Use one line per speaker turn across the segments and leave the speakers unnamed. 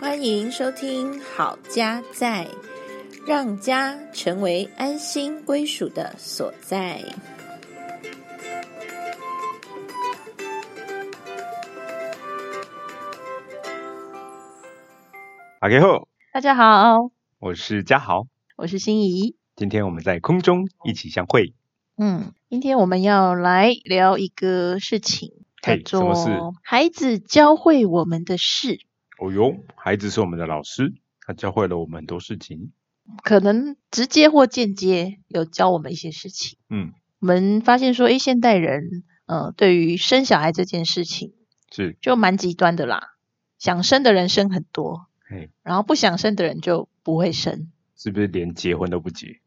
欢迎收听《好家在》，让家成为安心归属的所在。
大家好，
大家好，
我是嘉豪，
我是心怡。
今天我们在空中一起相会。
嗯，今天我们要来聊一个事情，叫
嘿什么事
做“孩子教会我们的事
哦哟，孩子是我们的老师，他教会了我们很多事情。”，
可能直接或间接有教我们一些事情。
嗯，
我们发现说，诶，现代人，呃，对于生小孩这件事情
是，
就蛮极端的啦。想生的人生很多
嘿，
然后不想生的人就不会生。
是不是连结婚都不结？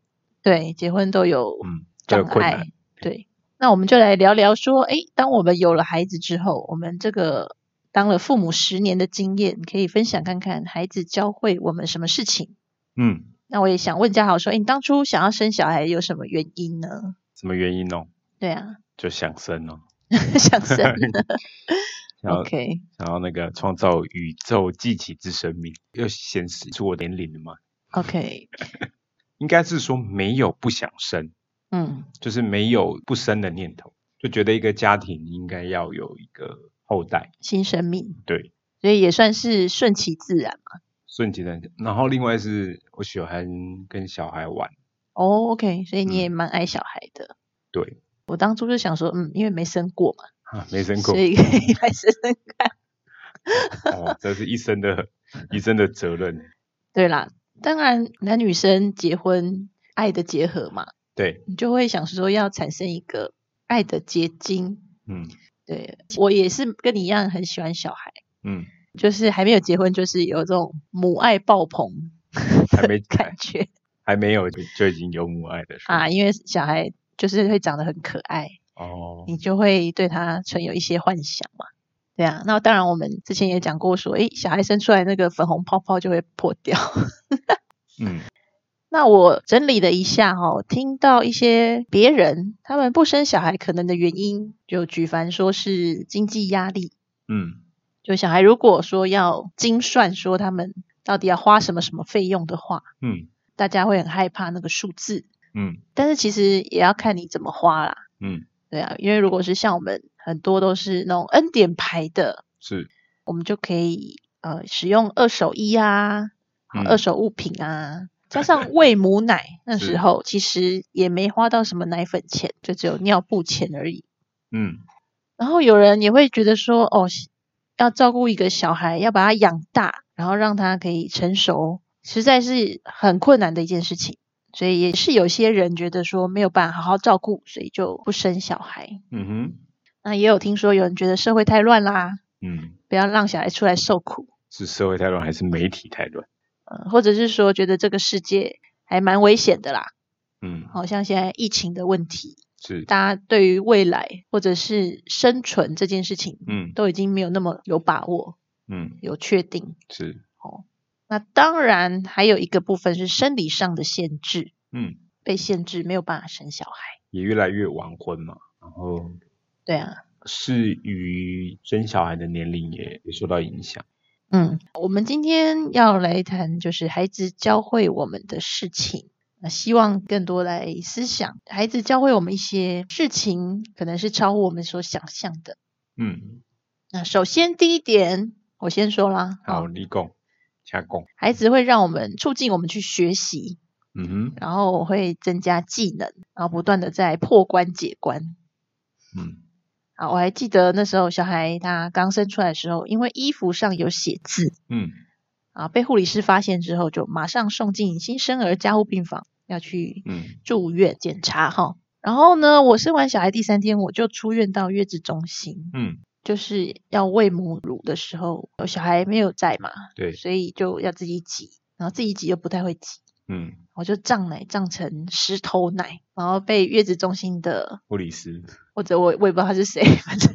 对，结婚都有
嗯，都
障
有困
碍
难。。
对，那我们就来聊聊说，诶，当我们有了孩子之后，我们这个当了父母十年的经验，可以分享看看孩子教会我们什么事情。
嗯，
那我也想问嘉豪说，诶，你当初想要生小孩有什么原因呢？
什么原因哦？
对啊，
就想生哦，
想 生了
然后
OK，
然后那个创造宇宙记起之生命，又显示出我年龄了嘛？
OK，
应该是说没有不想生，
嗯
就是没有不生的念头，就觉得一个家庭应该要有一个后代，
新生命，
对，
所以也算是顺其自然嘛。
顺其自然。然后另外是我喜欢跟小孩玩，
哦、o k 所以你也
嗯
蛮爱小孩的。
对
我当初就想说，嗯，因为没生过嘛，
啊，没生过
所以可以来生生看。
哦，这是一生的一生的责任。
对啦，当然男女生结婚爱的结合嘛，
对，
你就会想说要产生一个爱的结晶。
嗯
对我也是跟你一样很喜欢小孩，
嗯，
就是还没有结婚，就是有这种母爱爆棚
还没
感觉
还没有就已经有母爱的时候
啊，因为小孩就是会长得很可爱，
哦，
你就会对他存有一些幻想嘛。对啊，那当然我们之前也讲过说，诶，小孩生出来那个粉红泡泡就会破掉。
嗯
那我整理了一下哈、哦，听到一些别人他们不生小孩可能的原因，就举凡说是经济压力，
嗯
就小孩如果说要精算说他们到底要花什么什么费用的话，
嗯
大家会很害怕那个数字，
嗯
但是其实也要看你怎么花啦。
嗯，
对啊，因为如果是像我们很多都是那种 N 点牌的，
是
我们就可以呃使用二手衣啊、啊
嗯
二手物品啊，加上喂母奶，那
是
时候其实也没花到什么奶粉钱，就只有尿布钱而已。
嗯
然后有人也会觉得说，哦，要照顾一个小孩，要把他养大，然后让他可以成熟，实在是很困难的一件事情。所以也是有些人觉得说没有办法好好照顾，所以就不生小孩。
嗯哼
那也有听说有人觉得社会太乱啦，
嗯，
不要让小孩出来受苦。
是社会太乱还是媒体太乱？
呃，或者是说觉得这个世界还蛮危险的啦，
嗯，
好像现在疫情的问题，
是
大家对于未来或者是生存这件事情
嗯
都已经没有那么有把握、
嗯
有确定。
是
那当然还有一个部分是生理上的限制，
嗯，
被限制没有办法生小孩。
也越来越晚婚嘛，然后
对啊，
是与生小孩的年龄也也受到影响。
嗯，我们今天要来谈就是孩子教会我们的事情。那希望更多来思想，孩子教会我们一些事情，可能是超乎我们所想象的。
嗯，
那首先第一点，我先说啦，
好，
哦，
立功加工。
孩子会让我们促进我们去学习，
嗯哼
然后会增加技能，然后不断的在破关解关。
嗯
啊，我还记得那时候小孩他刚生出来的时候，因为衣服上有血渍
嗯
啊，被护理师发现之后，就马上送进新生儿加护病房，要去
嗯
住院检查哈。然后呢，我生完小孩第三天，我就出院到月子中心，
嗯，
就是要喂母乳的时候，小孩没有在嘛，
对，
所以就要自己挤，然后自己挤又不太会挤，
嗯，
我就胀奶胀成石头奶，然后被月子中心的
护理师。
或者我我也不知道他是谁，反正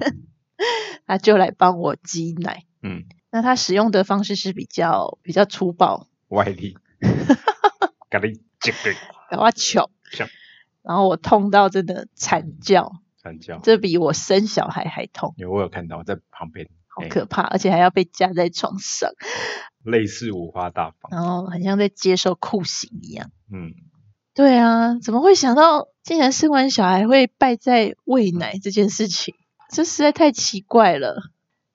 他就来帮我挤奶。
嗯，
那他使用的方式是比较比较粗暴，
外 力，咖喱这个
然后巧
巧，
然后我痛到真的惨叫，
惨叫。
这比我生小孩还痛。
有我有看到在旁边，
好可怕，而且还要被架在床上，
类似五花大绑。
然后很像在接受酷刑一样。
嗯，
对啊，怎么会想到竟然生完小孩会败在喂奶这件事情？这实在太奇怪了。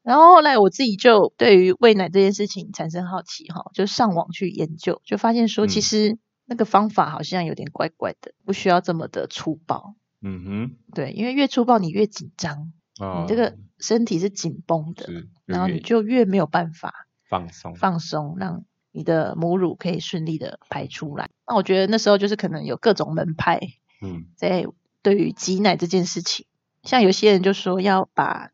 然后后来我自己就对于喂奶这件事情产生好奇哈，就上网去研究，就发现说
嗯
其实那个方法好像有点怪怪的，不需要这么的粗暴。
嗯
对，因为越粗暴你越紧张，
哼，啊、
你这个身体是紧绷的，
是，
然后你
有点
就越没有办法
放松，
放松，让你的母乳可以顺利的排出来。那我觉得那时候就是可能有各种门派，
嗯
在对于挤奶这件事情，像有些人就说要把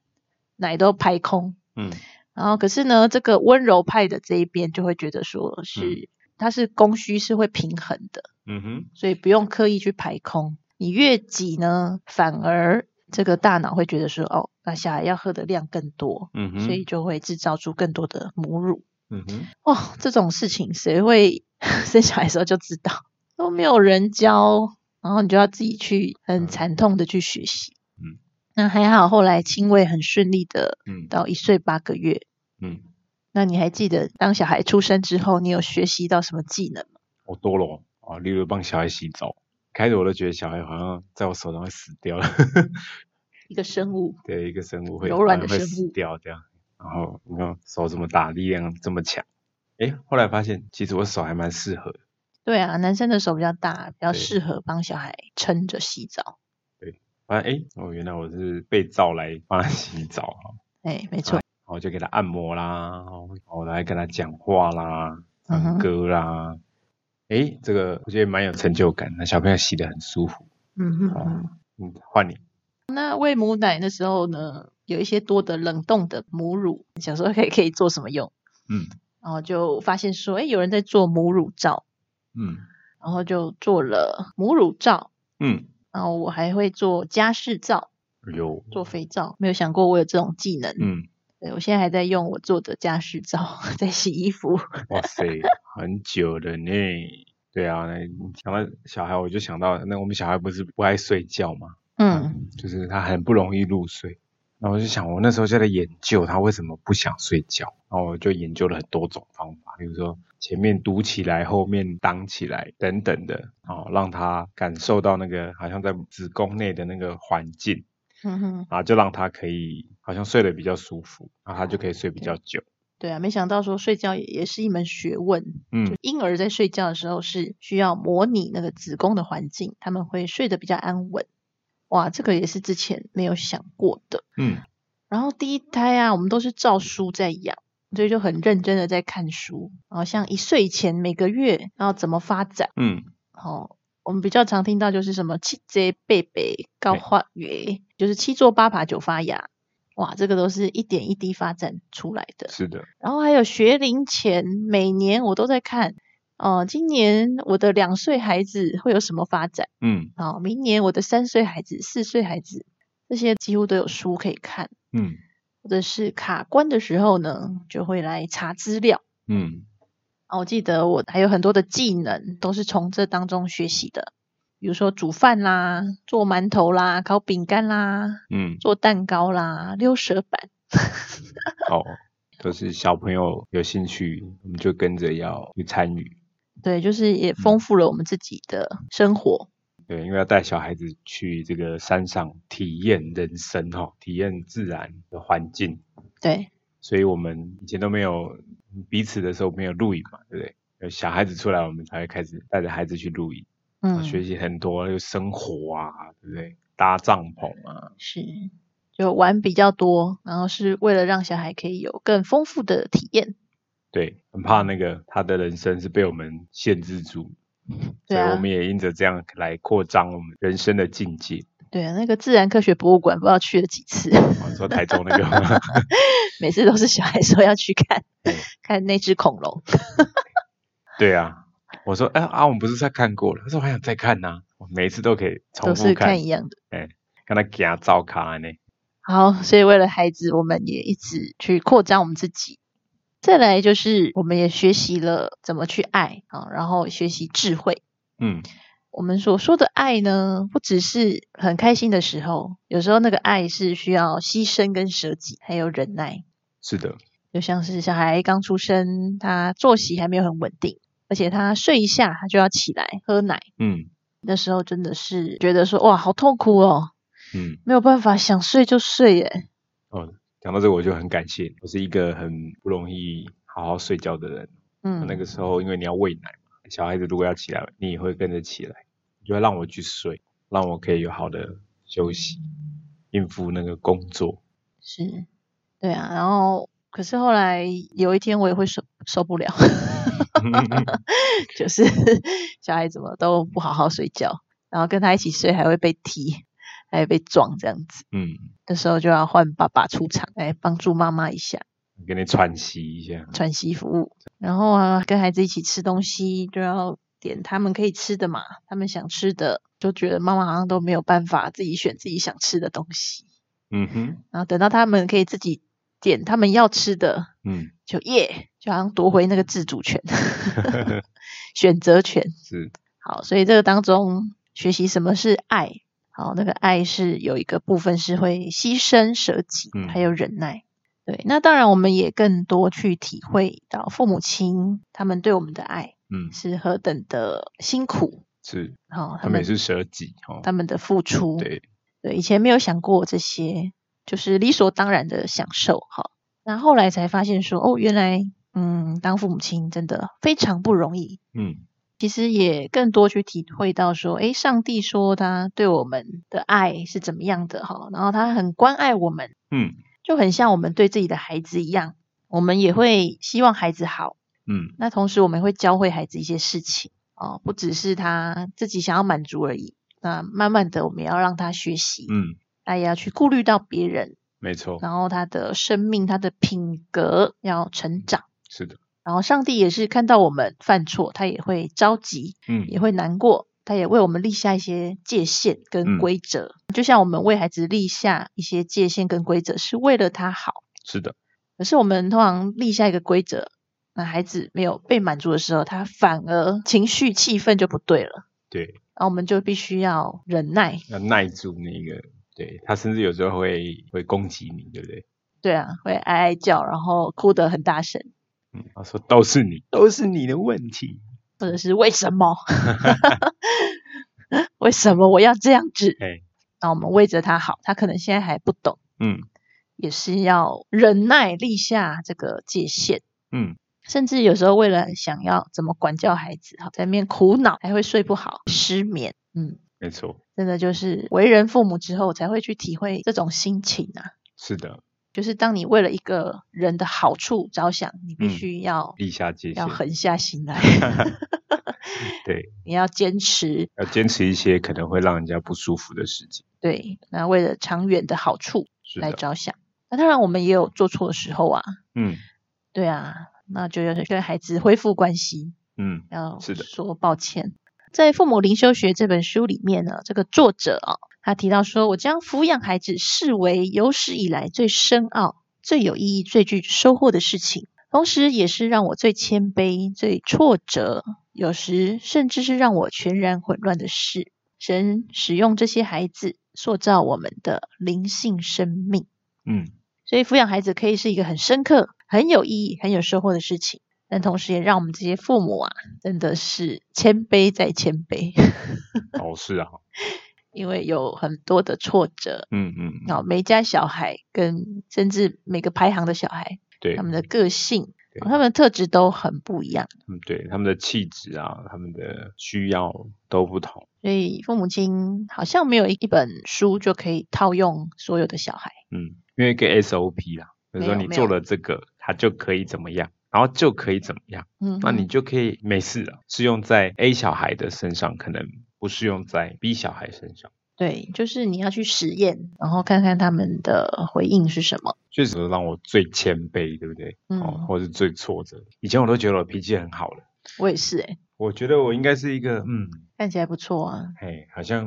奶都排空，
嗯
然后可是呢，这个温柔派的这一边就会觉得说是、它是供需是会平衡的，
嗯哼，
所以不用刻意去排空。你越挤呢，反而这个大脑会觉得说哦，那小孩要喝的量更多，
嗯哼，
所以就会制造出更多的母乳。
嗯哼，
哇、这种事情谁会 生小孩的时候就知道？都没有人教，然后你就要自己去很
嗯
惨痛的去学习。
嗯，
那还好，后来亲喂很顺利的
嗯
到一岁八个月。
嗯，
那你还记得当小孩出生之后，你有学习到什么技能吗？
好多了哦啊，例如帮小孩洗澡，开始我都觉得小孩好像在我手上会死掉了，
一个生物，
对，一个生物会
柔软的
会
生
死
物
掉这样，然后你看手这么大，力量这么强，诶，后来发现其实我手还蛮适合的，
对啊，男生的手比较大，比较
对
适合帮小孩撑着洗澡。
发现诶，哦，原来我是被召来帮他洗澡啊，
哎，没错，
然后我就给他按摩啦，然后我来跟他讲话啦，
嗯
唱
哼
歌啦。诶，这个我觉得蛮有成就感，那小朋友洗得很舒服。
嗯嗯
哦
嗯。
嗯，换你，
那喂母奶的时候呢，有一些多的冷冻的母乳，想说可以可以做什么用？
嗯
然后就发现说，哎，有人在做母乳罩，
嗯
然后就做了母乳罩，
嗯，
然后我还会做家事皂、
哎呦，
做肥皂，没有想过我有这种技能。
嗯，
对我现在还在用我做的家事皂 在洗衣服。
哇塞，很久了呢。对啊，那你想到小孩，我就想到那我们小孩不是不爱睡觉吗？
嗯，
就是他很不容易入睡。然后我就想，我那时候就在研究他为什么不想睡觉，然后我就研究了很多种方法，比如说前面堵起来，后面挡起来等等的，哦，让他感受到那个好像在子宫内的那个环境，
嗯哼，
然后就让他可以好像睡得比较舒服，然后他就可以睡比较久。
对啊，没想到说睡觉也也是一门学问。
嗯
就婴儿在睡觉的时候是需要模拟那个子宫的环境，他们会睡得比较安稳。哇，这个也是之前没有想过的。
嗯
然后第一胎啊，我们都是照书在养，所以就很认真的在看书。然后像一岁前每个月要怎么发展，
嗯
哦，我们比较常听到就是什么七节贝贝高
对
化月，就是七坐八爬九发芽。哇，这个都是一点一滴发展出来的。
是的，
然后还有学龄前，每年我都在看。哦、今年我的两岁孩子会有什么发展？
嗯
哦，明年我的三岁孩子、四岁孩子，这些几乎都有书可以看。
嗯
或者是卡关的时候呢，就会来查资料。
嗯
啊，我记得我还有很多的技能都是从这当中学习的，比如说煮饭啦、做馒头啦、烤饼干啦、
嗯，
做蛋糕啦、溜舌板。
哦，都是小朋友有兴趣，我们就跟着要去参与。
对，就是也丰富了我们自己的生活。
对，因为要带小孩子去这个山上体验人生哈、哦，体验自然的环境，
对，
所以我们以前都没有彼此的时候没有露营嘛，对不对？有小孩子出来，我们才会开始带着孩子去露营，
嗯，
啊学习很多就生活啊，对不对？搭帐篷啊，
是就玩比较多，然后是为了让小孩可以有更丰富的体验。
对，很怕那个他的人生是被我们限制住，
对
所以
啊
我们，也因着这样来扩张我们人生的境界。
对啊，那个自然科学博物馆不知道去了几次。
哦你说台中那个 吗
每次都是小孩说要去看
对
看那只恐龙。
对啊，我说，哎、啊，我们不是在看过了，他说我还想再看呐、我每一次都可以重
都
复
是
看，
看一样的。
看他给他照卡呢。
好，所以为了孩子，我们也一直去扩张我们自己。再来就是，我们也学习了怎么去爱啊，然后学习智慧。
嗯
我们所说的爱呢，不只是很开心的时候，有时候那个爱是需要牺牲跟舍己，还有忍耐。
是的，
就像是小孩刚出生，他作息还没有很稳定，而且他睡一下他就要起来喝奶，
嗯
那时候真的是觉得说哇好痛苦哦，
嗯。
没有办法想睡就睡耶。
讲到这个，我就很感谢你，我是一个很不容易好好睡觉的人。
嗯，
那个时候因为你要喂奶嘛，小孩子如果要起来，你也会跟着起来，你就会让我去睡，让我可以有好的休息，应付那个工作。
是，对啊，然后可是后来有一天我也会受受不了， 就是 小孩怎么都不好好睡觉，然后跟他一起睡还会被踢，还会被撞这样子，
嗯，
这时候就要换爸爸出场来帮助妈妈一下，
给你喘息一下。
喘息服务，然后啊跟孩子一起吃东西就要点他们可以吃的嘛，他们想吃的，就觉得妈妈好像都没有办法自己选自己想吃的东西，
嗯哼，
然后等到他们可以自己点他们要吃的，
嗯，
就耶，就好像夺回那个自主权、 选择权。
是，
好，所以这个当中学习什么是爱。好，那个爱是有一个部分是会牺牲、舍己，
嗯
还有忍耐。对，那当然我们也更多去体会到父母亲他们对我们的爱
嗯，
是何等的辛苦，
是，
好、
他们也是舍己哦。
他们的付出，
对，
对，以前没有想过这些，就是理所当然的享受哈。那后来才发现说，哦，原来嗯，当父母亲真的非常不容易。
嗯
其实也更多去体会到说，诶，上帝说他对我们的爱是怎么样的哈，然后他很关爱我们，
嗯
就很像我们对自己的孩子一样，我们也会希望孩子好。
嗯
那同时我们会教会孩子一些事情哦，不只是他自己想要满足而已。那慢慢的，我们也要让他学习，
嗯，
那也要去顾虑到别人，
没错，
然后他的生命、他的品格要成长。
是的，
然后上帝也是看到我们犯错，他也会着急，
嗯
也会难过，他也为我们立下一些界限跟
嗯
规则。就像我们为孩子立下一些界限跟规则，是为了他好。
是的，
可是我们通常立下一个规则，那孩子没有被满足的时候，他反而情绪气氛就不对了，
对，
然后我们就必须要忍耐，
要耐住那个，对他甚至有时候会会攻击你，对不对？
对啊，会哀哀叫，然后哭得很大声，
嗯，他说都是你，都是你的问题。
或者是为什 么？为什么我要这样子？
哎，
那我们为着他好，他可能现在还不懂，
嗯
也是要忍耐立下这个界限，
嗯，
甚至有时候为了想要怎么管教孩子，哈，在面苦恼，还会睡不好、失眠，嗯，
没错，
真的就是为人父母之后才会去体会这种心情啊。
是的，
就是当你为了一个人的好处着想，你必
嗯
须要、
立下界限
要，狠下心来，
对，
你要坚持。
要坚持一些可能会让人家不舒服的事情。
对，那为了长远的好处
是
来
的，
着想。那当然，我们也有做错的时候啊。
嗯
对啊，那就要跟孩子恢复关系，
嗯
要
是的
说抱歉。在《父母灵修学》这本书里面呢，这个作者啊、他提到说，我将抚养孩子视为有史以来最深奥、最有意义、最具收获的事情，同时也是让我最谦卑、最挫折，有时甚至是让我全然混乱的事。神使用这些孩子塑造我们的灵性生命。
嗯，
所以抚养孩子可以是一个很深刻、很有意义、很有收获的事情，但同时也让我们这些父母啊，真的是谦卑再谦卑，
哦是啊，
因为有很多的挫折。
嗯嗯，
哦，每家小孩跟甚至每个排行的小孩，
对
他，们的个性、
对
他们的特质都很不一样，
嗯对，他们的气质啊，他们的需要都不同。
所以父母亲好像没有一一本书就可以套用所有的小孩。
嗯，因为一个 SOP 啦，比如
没
说
有
你
没
做
有
了这个，它就可以怎么样，然后就可以怎么样，
嗯，
那你就可以没事了。适用在 A 小孩的身上，可能不适用在 B 小孩身上。
对，就是你要去实验，然后看看他们的回应是什么。
确实让我最谦卑，对不对？哦，
嗯，
或是最挫折。以前我都觉得我脾气很好了，
我也是、欸，
我觉得我应该是一个嗯，
看起来不错啊。
嘿，好像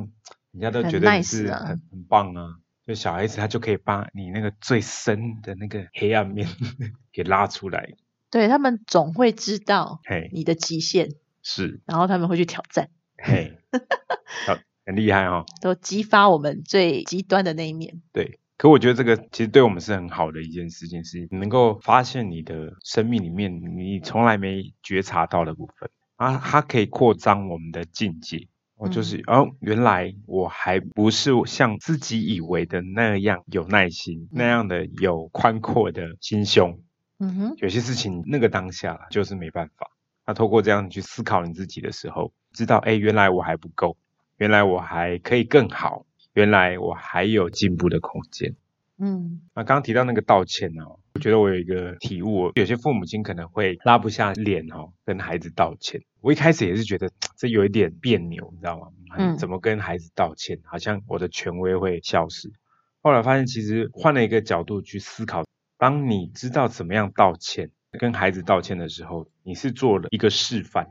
人家都
很
觉得你
nice
是
啊
很很棒啊。就小孩子他就可以把你那个最深的那个黑暗面 给拉出来，
对他们总会知道
嘿，
你的极限，
是，
然后他们会去挑战，
嘿，好很厉害哦。
都激发我们最极端的那一面。
对，可我觉得这个其实对我们是很好的一件事情，是能够发现你的生命里面你从来没觉察到的部分啊，它可以扩张我们的境界。哦，就是、哦，原来我还不是像自己以为的那样有耐心，那样的有宽阔的心胸。
嗯哼，
有些事情那个当下啦就是没办法。那透过这样去思考你自己的时候，知道哎，诶原来我还不够，原来我还可以更好，原来我还有进步的空间。
嗯
那刚刚提到那个道歉呢、我觉得我有一个体悟，有些父母亲可能会拉不下脸哦，跟孩子道歉。我一开始也是觉得这有一点别扭，你知道吗？
嗯
怎么跟孩子道歉，好像我的权威会消失。后来发现，其实换了一个角度去思考，当你知道怎么样道歉，跟孩子道歉的时候，你是做了一个示范，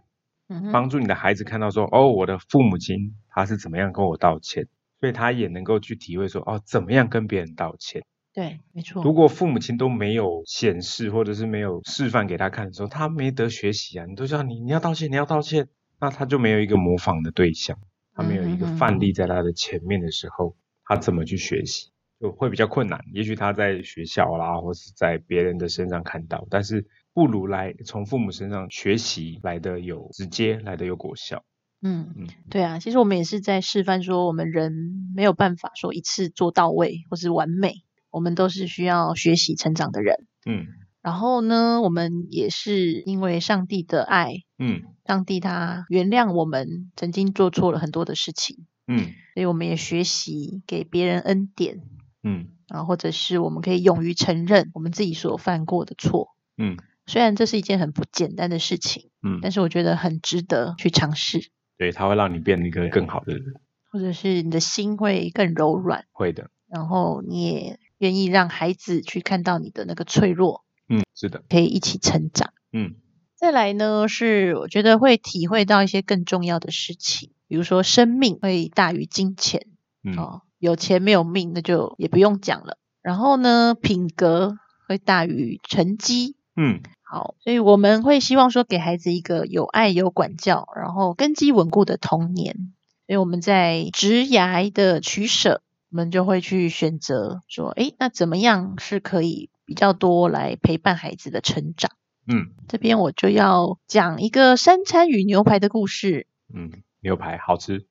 嗯哼，
帮助你的孩子看到说，哦，我的父母亲他是怎么样跟我道歉，所以他也能够去体会说，哦，怎么样跟别人道歉。
对，没错
如，果父母亲都没有显示或者是没有示范给他看的时候，他没得学习啊！你都叫你你要道歉，你要道歉，那他就没有一个模仿的对象，他没有一个
嗯嗯嗯
范例在他的前面的时候，他怎么去学习就会比较困难。也许他在学校啦，或是在别人的身上看到，但是不如来从父母身上学习来的有直接，来的有果效。
嗯。
嗯，
对啊，其实我们也是在示范说，我们人没有办法说一次做到位或是完美，我们都是需要学习成长的人。
嗯
然后呢，我们也是因为上帝的爱，
嗯
上帝他原谅我们曾经做错了很多的事情，
嗯
所以我们也学习给别人恩典，
嗯
然啊后或者是我们可以勇于承认我们自己所犯过的错。
嗯
虽然这是一件很不简单的事情，但
嗯，
是我觉得很值得去尝试，
对，他会让你变得一个更好的人，
或者是你的心会更柔软。
会的。
然后你也愿意让孩子去看到你的那个脆弱，
嗯，是的，
可以一起成长。
嗯
再来呢，是我觉得会体会到一些更重要的事情，比如说生命会大于金钱、
嗯。
哦，有钱没有命，那就也不用讲了。然后呢，品格会大于成绩。
嗯
好，所以我们会希望说给孩子一个有爱、有管教，然后根基稳固的童年。所以我们在职涯的取舍，我们就会去选择说，诶，那怎么样是可以比较多来陪伴孩子的成长？
嗯
这边我就要讲一个三餐与牛排的故事。
嗯，牛排好吃。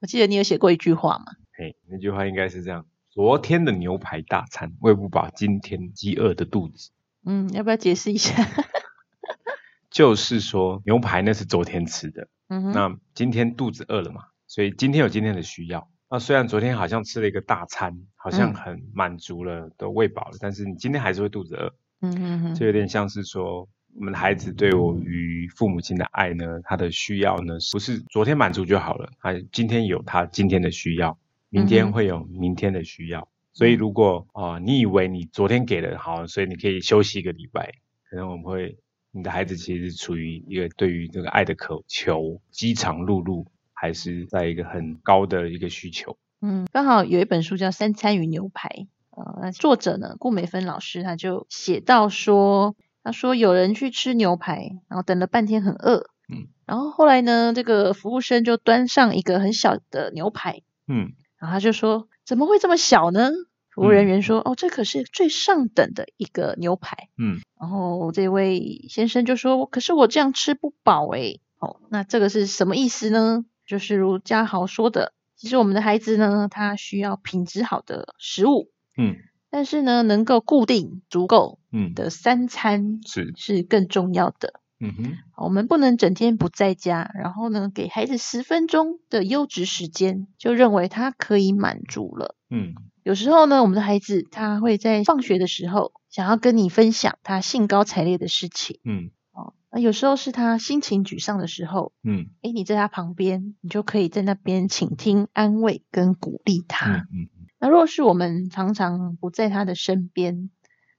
我记得你有写过一句话嘛？
嘿，那句话应该是这样：昨天的牛排大餐，喂不饱今天饥饿的肚子。
嗯，要不要解释一下？
就是说，牛排那是昨天吃的，
嗯哼，
那今天肚子饿了嘛，所以今天有今天的需要。那虽然昨天好像吃了一个大餐，好像
嗯
很满足了，都喂饱了，但是你今天还是会肚子饿。
嗯哼
这
哼，
有点像是说，我们的孩子对我与父母亲的爱呢，他的需要呢，不是昨天满足就好了，他今天有他今天的需要，
嗯
明
哼嗯
天会有明天的需要。所以如果啊、呃你以为你昨天给的好，所以你可以休息一个礼拜，可能我们会，你的孩子其实处于一个对于这个爱的渴求，饥肠辘辘，还是在一个很高的一个需求。
嗯，刚好有一本书叫《三餐与牛排》，呃，那作者呢顾美芬老师他就写到说，他说有人去吃牛排，然后等了半天很饿，
嗯，
然后后来呢，这个服务生就端上一个很小的牛排，
嗯
然后他就说怎么会这么小呢？服务人员说、哦，这可是最上等的一个牛排。
嗯
然后这位先生就说：“可是我这样吃不饱诶、哦，那这个是什么意思呢？就是如嘉豪说的，其实我们的孩子呢，他需要品质好的食物，
嗯
但是呢，能够固定足够
嗯，
的三餐
是，
是更重要的。
嗯哼，
我们不能整天不在家，然后呢，给孩子十分钟的优质时间，就认为他可以满足了。
嗯
有时候呢，我们的孩子他会在放学的时候想要跟你分享他兴高采烈的事情。
嗯
那有时候是他心情沮丧的时候，
嗯
诶，你在他旁边，你就可以在那边倾听、安慰跟鼓励他。
嗯嗯
那若是我们常常不在他的身边，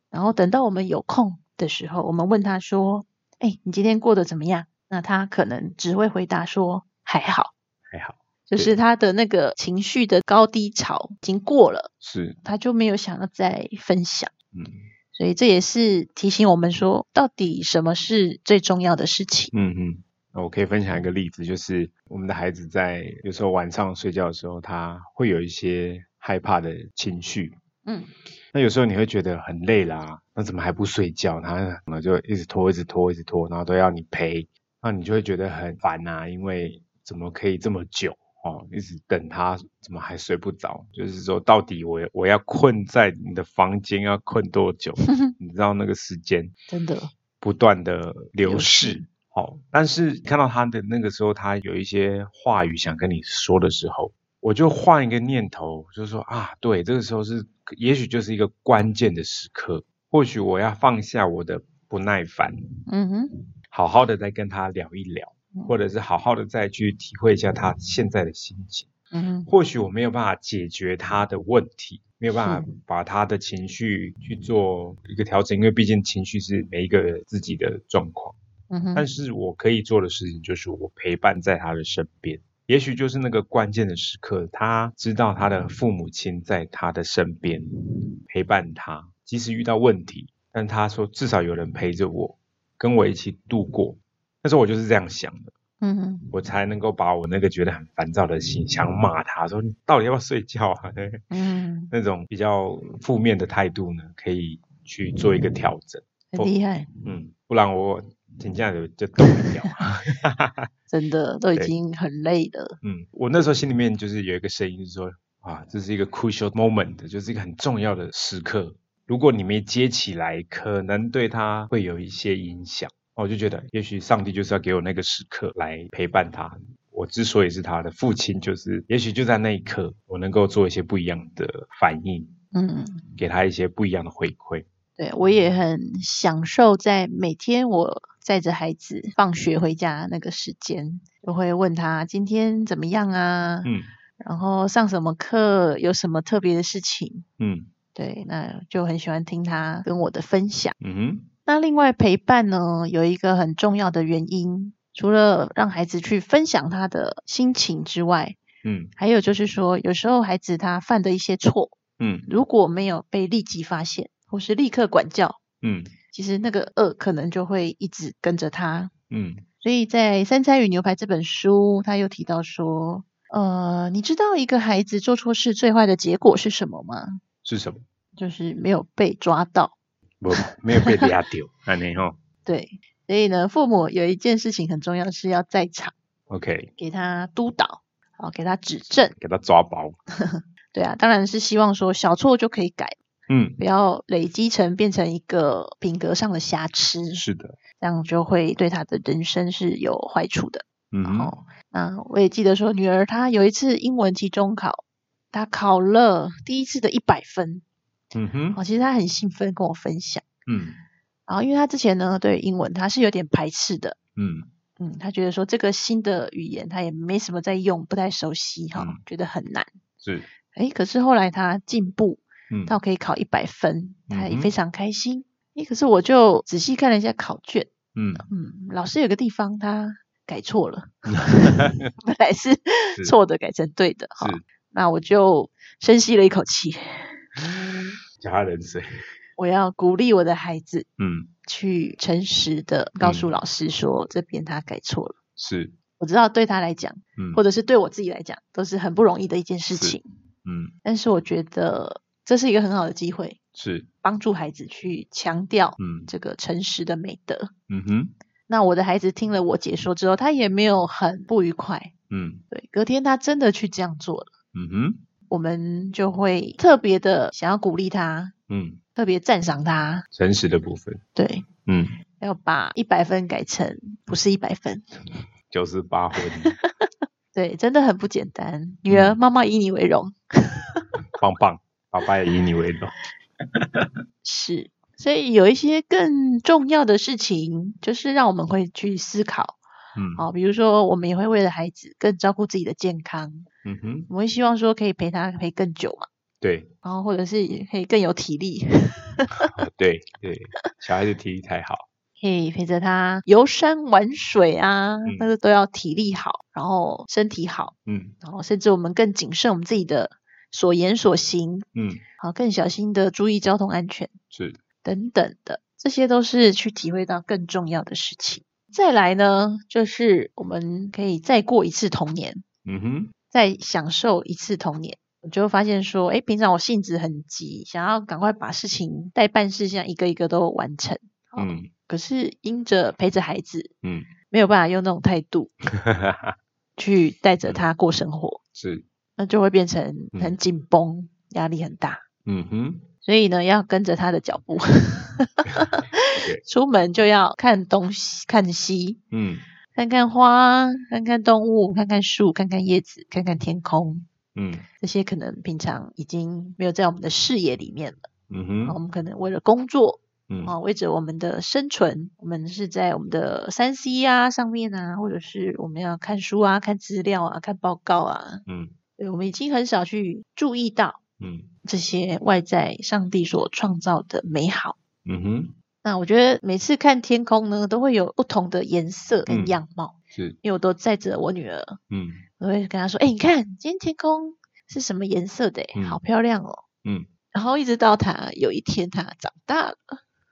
然后等到我们有空的时候，我们问他说：“诶，你今天过得怎么样？”那他可能只会回答说：“还好。
还好，”
就是他的那个情绪的高低潮已经过了，
是，
他就没有想要再分享。
嗯。
所以这也是提醒我们说，到底什么是最重要的事情？
嗯嗯，那我可以分享一个例子，就是我们的孩子在有时候晚上睡觉的时候，他会有一些害怕的情绪。
嗯，
那有时候你会觉得很累啦，那怎么还不睡觉？然后然后就一直拖，一直拖，一直拖，然后都要你陪，那你就会觉得很烦呐、因为怎么可以这么久哦？一直等他，怎么还睡不着？就是说，到底我我要困在你的房间要困多久？ 你知道那个时间
真的，
不断的流
流
逝。好，但是看到他的那个时候，他有一些话语想跟你说的时候，我就换一个念头，就说啊，对，这个时候是也许就是一个关键的时刻，或许我要放下我的不耐烦，
嗯哼，
好好的再跟他聊一聊，
嗯
或者是好好的再去体会一下他现在的心情。
嗯哼，
或许我没有办法解决他的问题，没有办法
是
把他的情绪去做一个调整，因为毕竟情绪是每一个人自己的状况。
嗯
但
哼，
是我可以做的事情就是我陪伴在他的身边，也许就是那个关键的时刻，他知道他的父母亲在他的身边陪伴他，即使遇到问题，但他说至少有人陪着我，跟我一起度过。那时候我就是这样想的。
嗯哼，
我才能够把我那个觉得很烦躁的心，想骂他说你到底要不要睡觉啊？
嗯，
那种比较负面的态度呢，可以去做一个调整。
很厉害，
嗯，不然我请假就就动不了。
真的都已
对
经很累了，
嗯，我那时候心里面就是有一个声音，就是说啊，这是一个 crucial moment，就是一个很重要的时刻。如果你没接起来，可能对他会有一些影响。我就觉得，也许上帝就是要给我那个时刻来陪伴他。我之所以是他的父亲，就是也许就在那一刻，我能够做一些不一样的反应，
嗯。
给他一些不一样的回馈。
对，我也很享受在每天我载着孩子放学回家那个时间，我会问他今天怎么样啊，
嗯
然后上什么课，有什么特别的事情。
嗯
对，那就很喜欢听他跟我的分享。
嗯哼
那另外陪伴呢，有一个很重要的原因，除了让孩子去分享他的心情之外，
嗯
还有就是说，有时候孩子他犯的一些错，
嗯
如果没有被立即发现或是立刻管教，
嗯
其实那个恶可能就会一直跟着他。
嗯
所以在《三餐与牛排》这本书，他又提到说，呃，你知道一个孩子做错事最坏的结果是什么吗？
是什么？
就是没有被抓到。
不，没有被压 掉。那啊你吼
对，所以呢，父母有一件事情很重要，是要在场
，OK，
给他督导，好给他指正。
给他抓包。
对啊，当然是希望说小错就可以改，
嗯，
不要累积成变成一个品格上的瑕疵，
是的。
这样就会对他的人生是有坏处的。
嗯哼，
哦，那我也记得说，女儿她有一次英文期中考，她考了第一次的一百分，
嗯
哦，
哼，
其实她很兴奋跟我分享。
嗯
然后，因为她之前呢对英文她是有点排斥的，
嗯
嗯，她觉得说这个新的语言她也没什么在用，不太熟悉哈、
嗯
觉得很难。
是，
诶，可是后来她进步
嗯
到可以考一百分，她也
嗯
非
哼
常开心。诶，可是我就仔细看了一下考卷，
嗯，
嗯，老师有个地方她改错 了，本来是
是
错的改成对的哈。
是
那我就深吸了一口气，
加他冷水，
我要鼓励我的孩子
嗯
去诚实的告诉
嗯
老师说，这边他改错了。
是，
我知道对他来讲，
嗯
或者是对我自己来讲，都是很不容易的一件事
是
情。
嗯
但是我觉得这是一个很好的机会，
是，
帮助孩子去强调
嗯
这个诚实的美德。
嗯哼，
那我的孩子听了我解说之后，他也没有很不愉快。
嗯
对，隔天他真的去这样做了，
嗯哼，
我们就会特别的想要鼓励他，
嗯，
特别赞赏他。
诚实的部分，
对，
嗯，
要把一百分改成不是一百分，
九十八分，
对，真的很不简单。女儿，
嗯
妈妈以你为荣，
棒棒，爸爸也以你为荣，
是。所以有一些更重要的事情，就是让我们会去思考
嗯
哦，比如说我们也会为了孩子更照顾自己的健康，
嗯哼，
我们会希望说可以陪他陪更久嘛，
对
然后或者是也可以更有体力，
啊对对，小孩子体力太好，
可以陪着他游山玩水啊，
嗯
那个都要体力好，然后身体好，
嗯
然后甚至我们更谨慎我们自己的所言所行，
嗯
好，更小心的注意交通安全
是，
等等的，这些都是去体会到更重要的事情。再来呢，就是我们可以再过一次童年，
嗯哼，
再享受一次童年。我就发现说，哎，平常我性子很急，想要赶快把事情待办事项一个一个都完成。哦
嗯
可是因着陪着孩子，
嗯，
没有办法用那种态度去带着他过生活，
是，
那就会变成很
嗯
紧绷，压力很大。
嗯哼，
所以呢，要跟着他的脚步，出门就要看东西，看西，
嗯
看看花，看看动物，看看树，看看叶子，看看天空。
嗯
这些可能平常已经没有在我们的视野里面了。
嗯
啊我
哼，
们可能为了工作
嗯
啊，为着我们的生存，我们是在我们的三 C 啊上面啊，或者是我们要看书啊、看资料啊、看报告啊，
嗯
对，我们已经很少去注意到
嗯
这些外在上帝所创造的美好。
嗯哼，
那我觉得每次看天空呢，都会有不同的颜色跟
嗯
样貌，
是，
因为我都载着我女儿，
嗯
我会跟她说：“哎、你看今天天空是什么颜色的欸？好
嗯
漂亮哦。”
嗯
然后一直到她有一天她长大了，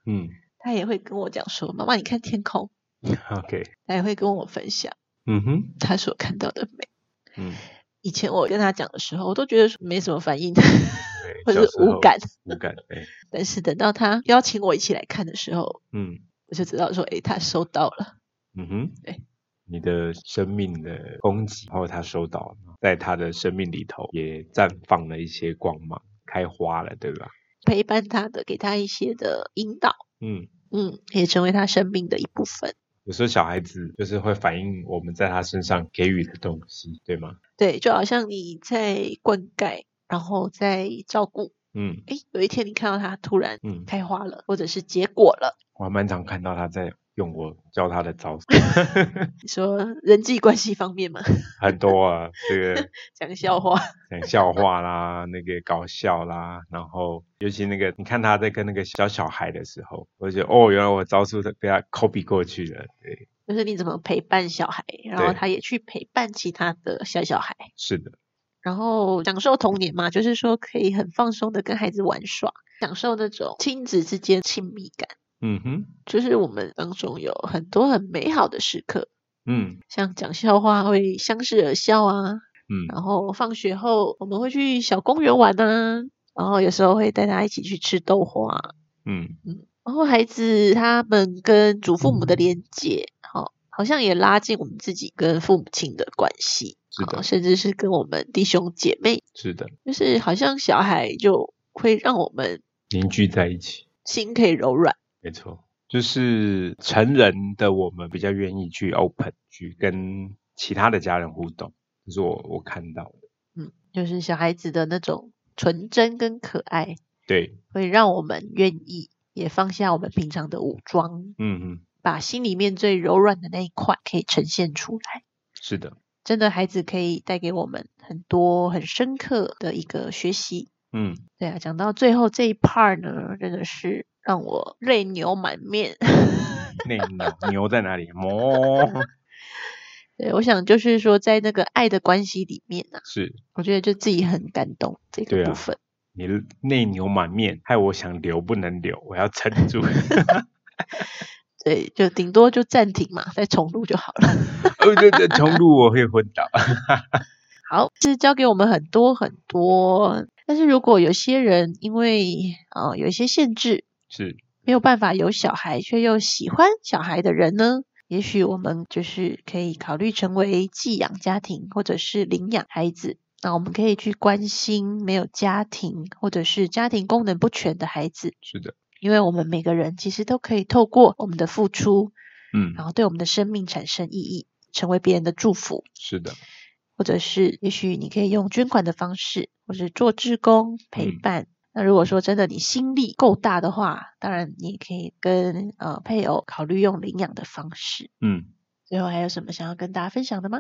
嗯
她也会跟我讲说：“妈妈，你看天空。”
，OK，
他也会跟我分享
嗯哼，
他所看到的美。
嗯，
以前我跟他讲的时候，我都觉得没什么反 应，
对，
或
小
者是
时
无
候
感。
无感，哎对，
但是等到他邀请我一起来看的时候，
嗯
我就知道说，诶，哎他收到了。
嗯哼，
对。
你的生命的供给，然后他收到了，在他的生命里头也绽放了一些光芒，开花了，对吧？
陪伴他的，给他一些的引导，
嗯，
嗯，也成为他生命的一部分。
有时候小孩子就是会反映我们在他身上给予的东西，对吗？
对，就好像你在灌溉，然后在照顾，
嗯
诶，有一天你看到他突然
嗯，
开花了，或者是结果了，
我还蛮常看到他在用我教他的招数，
你说人际关系方面嘛，
很多啊，这个
讲笑话，
讲笑话啦，那个搞笑啦，然后尤其那个你看他在跟那个小小孩的时候，我就觉得哦，原来我招数被他 copy 过去了，对，
就是你怎么陪伴小孩，然后
对
他也去陪伴其他的小小孩，
是的，
然后享受童年嘛，就是说可以很放松的跟孩子玩耍，享受那种亲子之间亲密感。
嗯哼，
就是我们当中有很多很美好的时刻，
嗯
像讲笑话会相视而笑啊，
嗯
然后放学后我们会去小公园玩啊，然后有时候会带他一起去吃豆花，
嗯
然后孩子他们跟祖父母的连接，好、好像也拉近我们自己跟父母亲的关系，
是
好
的
甚至是跟我们弟兄姐妹，
是的，
就是好像小孩就会让我们
凝聚在一起，
心可以柔软，
没错，就是成人的我们比较愿意去 open 去跟其他的家人互动，这是我我看到的，
嗯，就是小孩子的那种纯真跟可爱，
对，
会让我们愿意也放下我们平常的武装，
嗯嗯，
把心里面最柔软的那一块可以呈现出来。
是的，
真的，孩子可以带给我们很多很深刻的一个学习。
嗯，
对啊，讲到最后这一 part 呢，真的是让我泪流满面。
那牛牛在哪里？魔
对，我想就是说，在那个爱的关系里面呢、
是
我觉得就自己很感动这
对
个
啊
部分。
你内牛满面，害我想流不能流，我要撑住。 哦
对就顶多就暂停嘛，再重录就好了。
哦，对对，重录我会昏倒。
好，是教给我们很多很多。但是如果有些人因为呃有一些限制，
是，
没有办法有小孩却又喜欢小孩的人呢，也许我们就是可以考虑成为寄养家庭或者是领养孩子。那我们可以去关心没有家庭或者是家庭功能不全的孩子，
是的，
因为我们每个人其实都可以透过我们的付出，
嗯，
然后对我们的生命产生意义，成为别人的祝福。
是的，
或者是也许你可以用捐款的方式，或是做志工陪
嗯
伴。那如果说真的你心力够大的话，当然你也可以跟呃配偶考虑用领养的方式。
嗯，
最后还有什么想要跟大家分享的吗？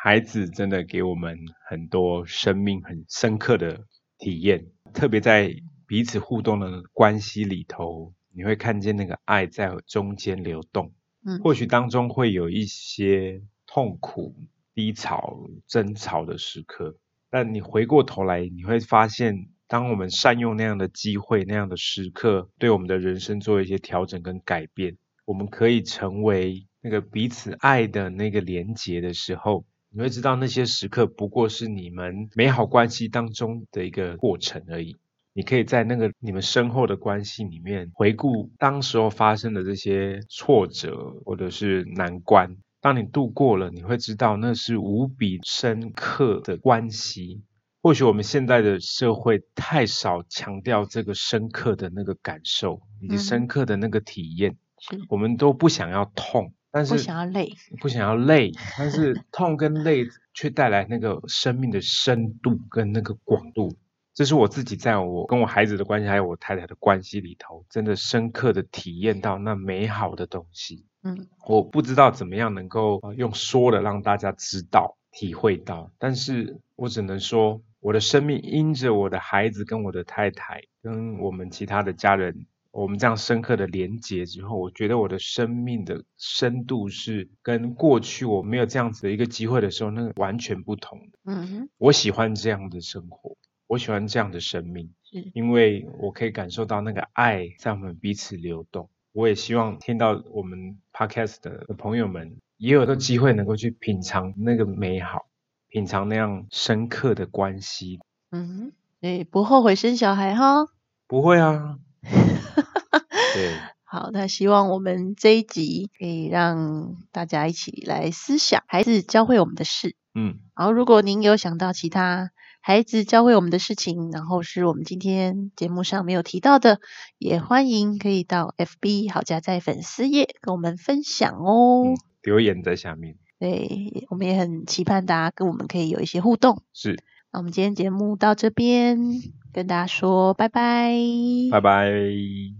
孩子真的给我们很多生命很深刻的体验，特别在彼此互动的关系里头，你会看见那个爱在中间流动。
嗯
或许当中会有一些痛苦、低潮、争吵的时刻，但你回过头来，你会发现，当我们善用那样的机会、那样的时刻，对我们的人生做一些调整跟改变，我们可以成为那个彼此爱的那个连结的时候，你会知道那些时刻不过是你们美好关系当中的一个过程而已。你可以在那个你们深厚的关系里面回顾当时候发生的这些挫折或者是难关。当你度过了，你会知道那是无比深刻的关系。或许我们现在的社会太少强调这个深刻的那个感受以及
嗯
深刻的那个体验，
是
我们都不想要痛，但是
不想要累，
不想要累，但是痛跟累却带来那个生命的深度跟那个广度。这是我自己在我跟我孩子的关系，还有我太太的关系里头，真的深刻的体验到那美好的东西。
嗯，
我不知道怎么样能够呃用说的让大家知道、体会到，但是我只能说，我的生命因着我的孩子、跟我的太太、跟我们其他的家人，我们这样深刻的连结之后，我觉得我的生命的深度是跟过去我没有这样子的一个机会的时候，那个完全不同的。
嗯
我喜欢这样的生活，我喜欢这样的生命
是，
因为我可以感受到那个爱在我们彼此流动。我也希望听到我们 podcast 的朋友们也有个机会能够去品尝那个美好，品尝那样深刻的关系。
嗯，对，不后悔生小孩哈。
不会啊，对，
好，那希望我们这一集可以让大家一起来思想孩子教会我们的事。
嗯，
然后，如果您有想到其他孩子教会我们的事情，然后是我们今天节目上没有提到的，也欢迎可以到 FB 好家在粉丝页跟我们分享哦。
嗯留言在下面
对，我们也很期盼大家跟我们可以有一些互动。
是，
那我们今天节目到这边，跟大家说拜拜，
拜拜。